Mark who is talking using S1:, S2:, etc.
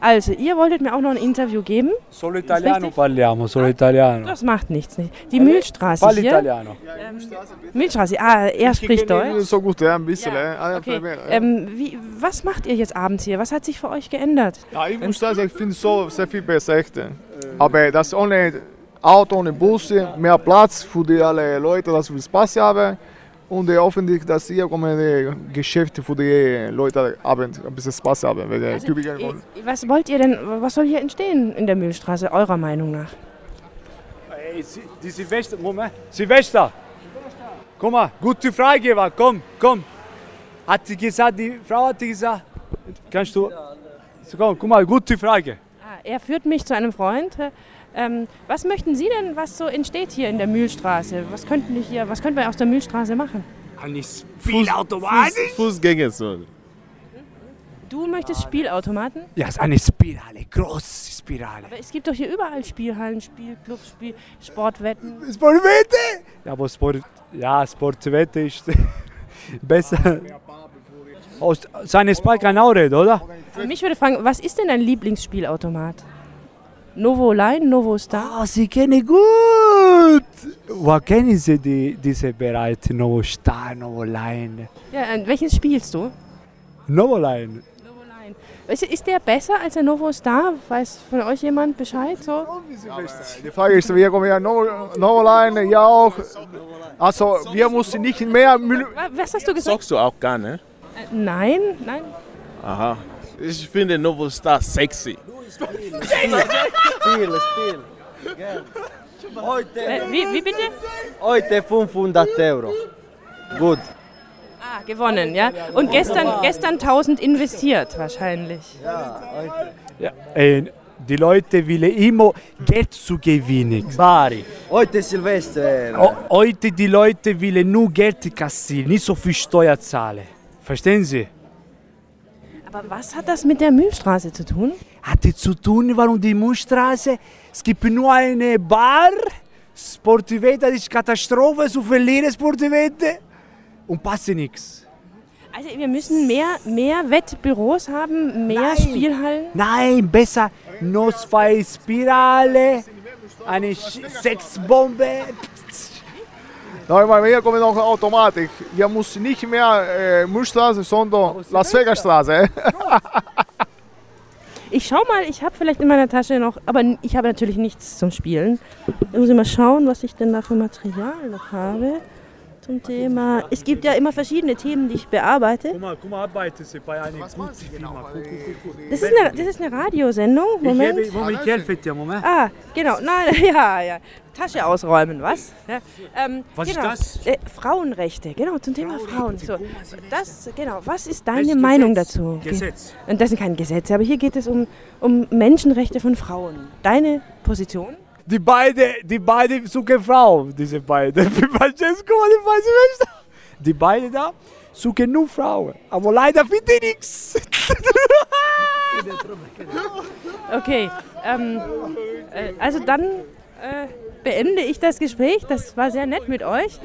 S1: Also, ihr wolltet mir auch noch ein Interview geben.
S2: Solo italiano parliamo, solo italiano.
S1: Das macht nichts. Nicht. Die Mühlstraße
S2: Parli
S1: hier.
S2: italiano.
S1: Mühlstraße. Ah, er spricht Deutsch.
S3: So gut, ja, ein bisschen. Ja. Ah,
S1: Ja,
S3: Ja.
S1: okay. ähm, wie, was macht ihr jetzt abends hier? Was hat sich für euch geändert?
S3: Ja, ich muss sagen, ich finde so sehr viel besser. Echt. Aber das ohne Auto, ohne Bus, mehr Platz für die alle Leute, dass wir Spaß haben. Und äh, hoffentlich, dass hier kommen die Geschäfte für die äh, Leute abend ein bisschen Spaß haben. Weil also, Tübingen wollen.
S1: Äh, Was wollt ihr denn, was soll hier entstehen in der Mühlstraße, eurer Meinung nach?
S2: Ey, Si- die Silvester, Moment. Silvester. Guck mal, gute Frage war, komm, komm. Hat die gesagt, die Frau hat die gesagt. Kannst du. So, komm, guck mal, gute Frage.
S1: Ah, er führt mich zu einem Freund. Ähm, was möchten Sie denn, was so entsteht hier in der Mühlstraße? Was könnten wir hier, was könnten wir aus der Mühlstraße machen?
S4: Fuß, Fußgängerzone.
S1: Du
S3: Ah,
S1: möchtest Spielautomaten?
S2: Ja, es ist eine Spirale, große Spirale.
S1: Aber es gibt doch hier überall Spielhallen, Spielclubs, Spiel, Sportwetten.
S2: Sportwette? Ja, aber Sport, ja, Sportwette ist besser. Aus seine Spark kann auch reden, oder?
S1: Äh, Mich würde fragen, was ist denn dein Lieblingsspielautomat? Novo Line, Novo Star?
S2: Ah, sie kennen gut. Wo kennen Sie die, diese Bereich? Novo Star, Novo Line.
S1: Ja, an welches spielst du?
S2: Novo Line.
S1: Novo Line. Ist, ist der besser als der Novo Star? Weiß von euch jemand Bescheid? So?
S3: Die Frage ist, wir kommen ja no, no line, ja auch. Also, wir müssen nicht mehr Müll.
S1: Wa- Was hast du gesagt?
S4: Sagst du auch gar nicht?
S1: Äh, Nein, nein.
S4: Aha. Ich finde Novostar sexy.
S5: Spiel, Spiel. Gell. Heute,
S1: Äh, wie, wie bitte?
S5: heute 500 Euro. Gut.
S1: Ah, gewonnen, ja. Und gestern, gestern 1000 investiert wahrscheinlich.
S2: Ja, äh, die Leute wollen immer Geld zu gewinnen.
S5: Bari. Heute Silvester.
S2: O- Heute die Leute wollen nur Geld kassieren, nicht so viel Steuer zahlen. Verstehen Sie?
S1: Aber was hat das mit der Mühlstraße zu tun?
S2: hatte zu tun, warum die Mundstraße. Es gibt nur eine e Bar. Sportivette ist Katastrophe, zu verlieren Sportivette. Und passt nichts.
S1: Also wir müssen mehr, mehr Wettbüros haben, mehr
S2: Nein.
S1: Spielhallen.
S2: Nein, besser noch zwei Spirale, eine Sch- Sexbombe.
S3: Nein, weil wir kommen noch Automatik. Wir müssen nicht mehr äh, Müllstraße, sondern Las Vegas Straße.
S1: Ich schau mal, ich habe vielleicht in meiner Tasche noch, aber n- ich habe natürlich nichts zum Spielen. Ich muss ich mal schauen, was ich denn da für Material noch habe zum Thema. Es gibt ja immer verschiedene Themen, die ich bearbeite.
S2: mal, guck mal, arbeiten Sie bei einer guten
S1: Das ist eine, das ist eine Radiosendung. Moment.
S2: Moment, ich helfe dir, Moment.
S1: Ah, genau. Nein, ja, ja. Tasche ausräumen, was? Ja. Ähm,
S2: Was ist
S1: genau.
S2: das?
S1: Äh, Frauenrechte, genau, zum Thema Frauen. So, das, genau. Was ist deine Meinung dazu? Ge-
S2: Gesetz.
S1: Und das sind keine Gesetze, aber hier geht es um, um Menschenrechte von Frauen. Deine Position?
S2: Die beide, die beide suchen Frau, diese beide. Francesco und die weiße Schwester. Die beide da suchen nur Frauen. Aber leider finde ich nichts.
S1: Okay, ähm, äh, also dann äh, beende ich das Gespräch. Das war sehr nett mit euch.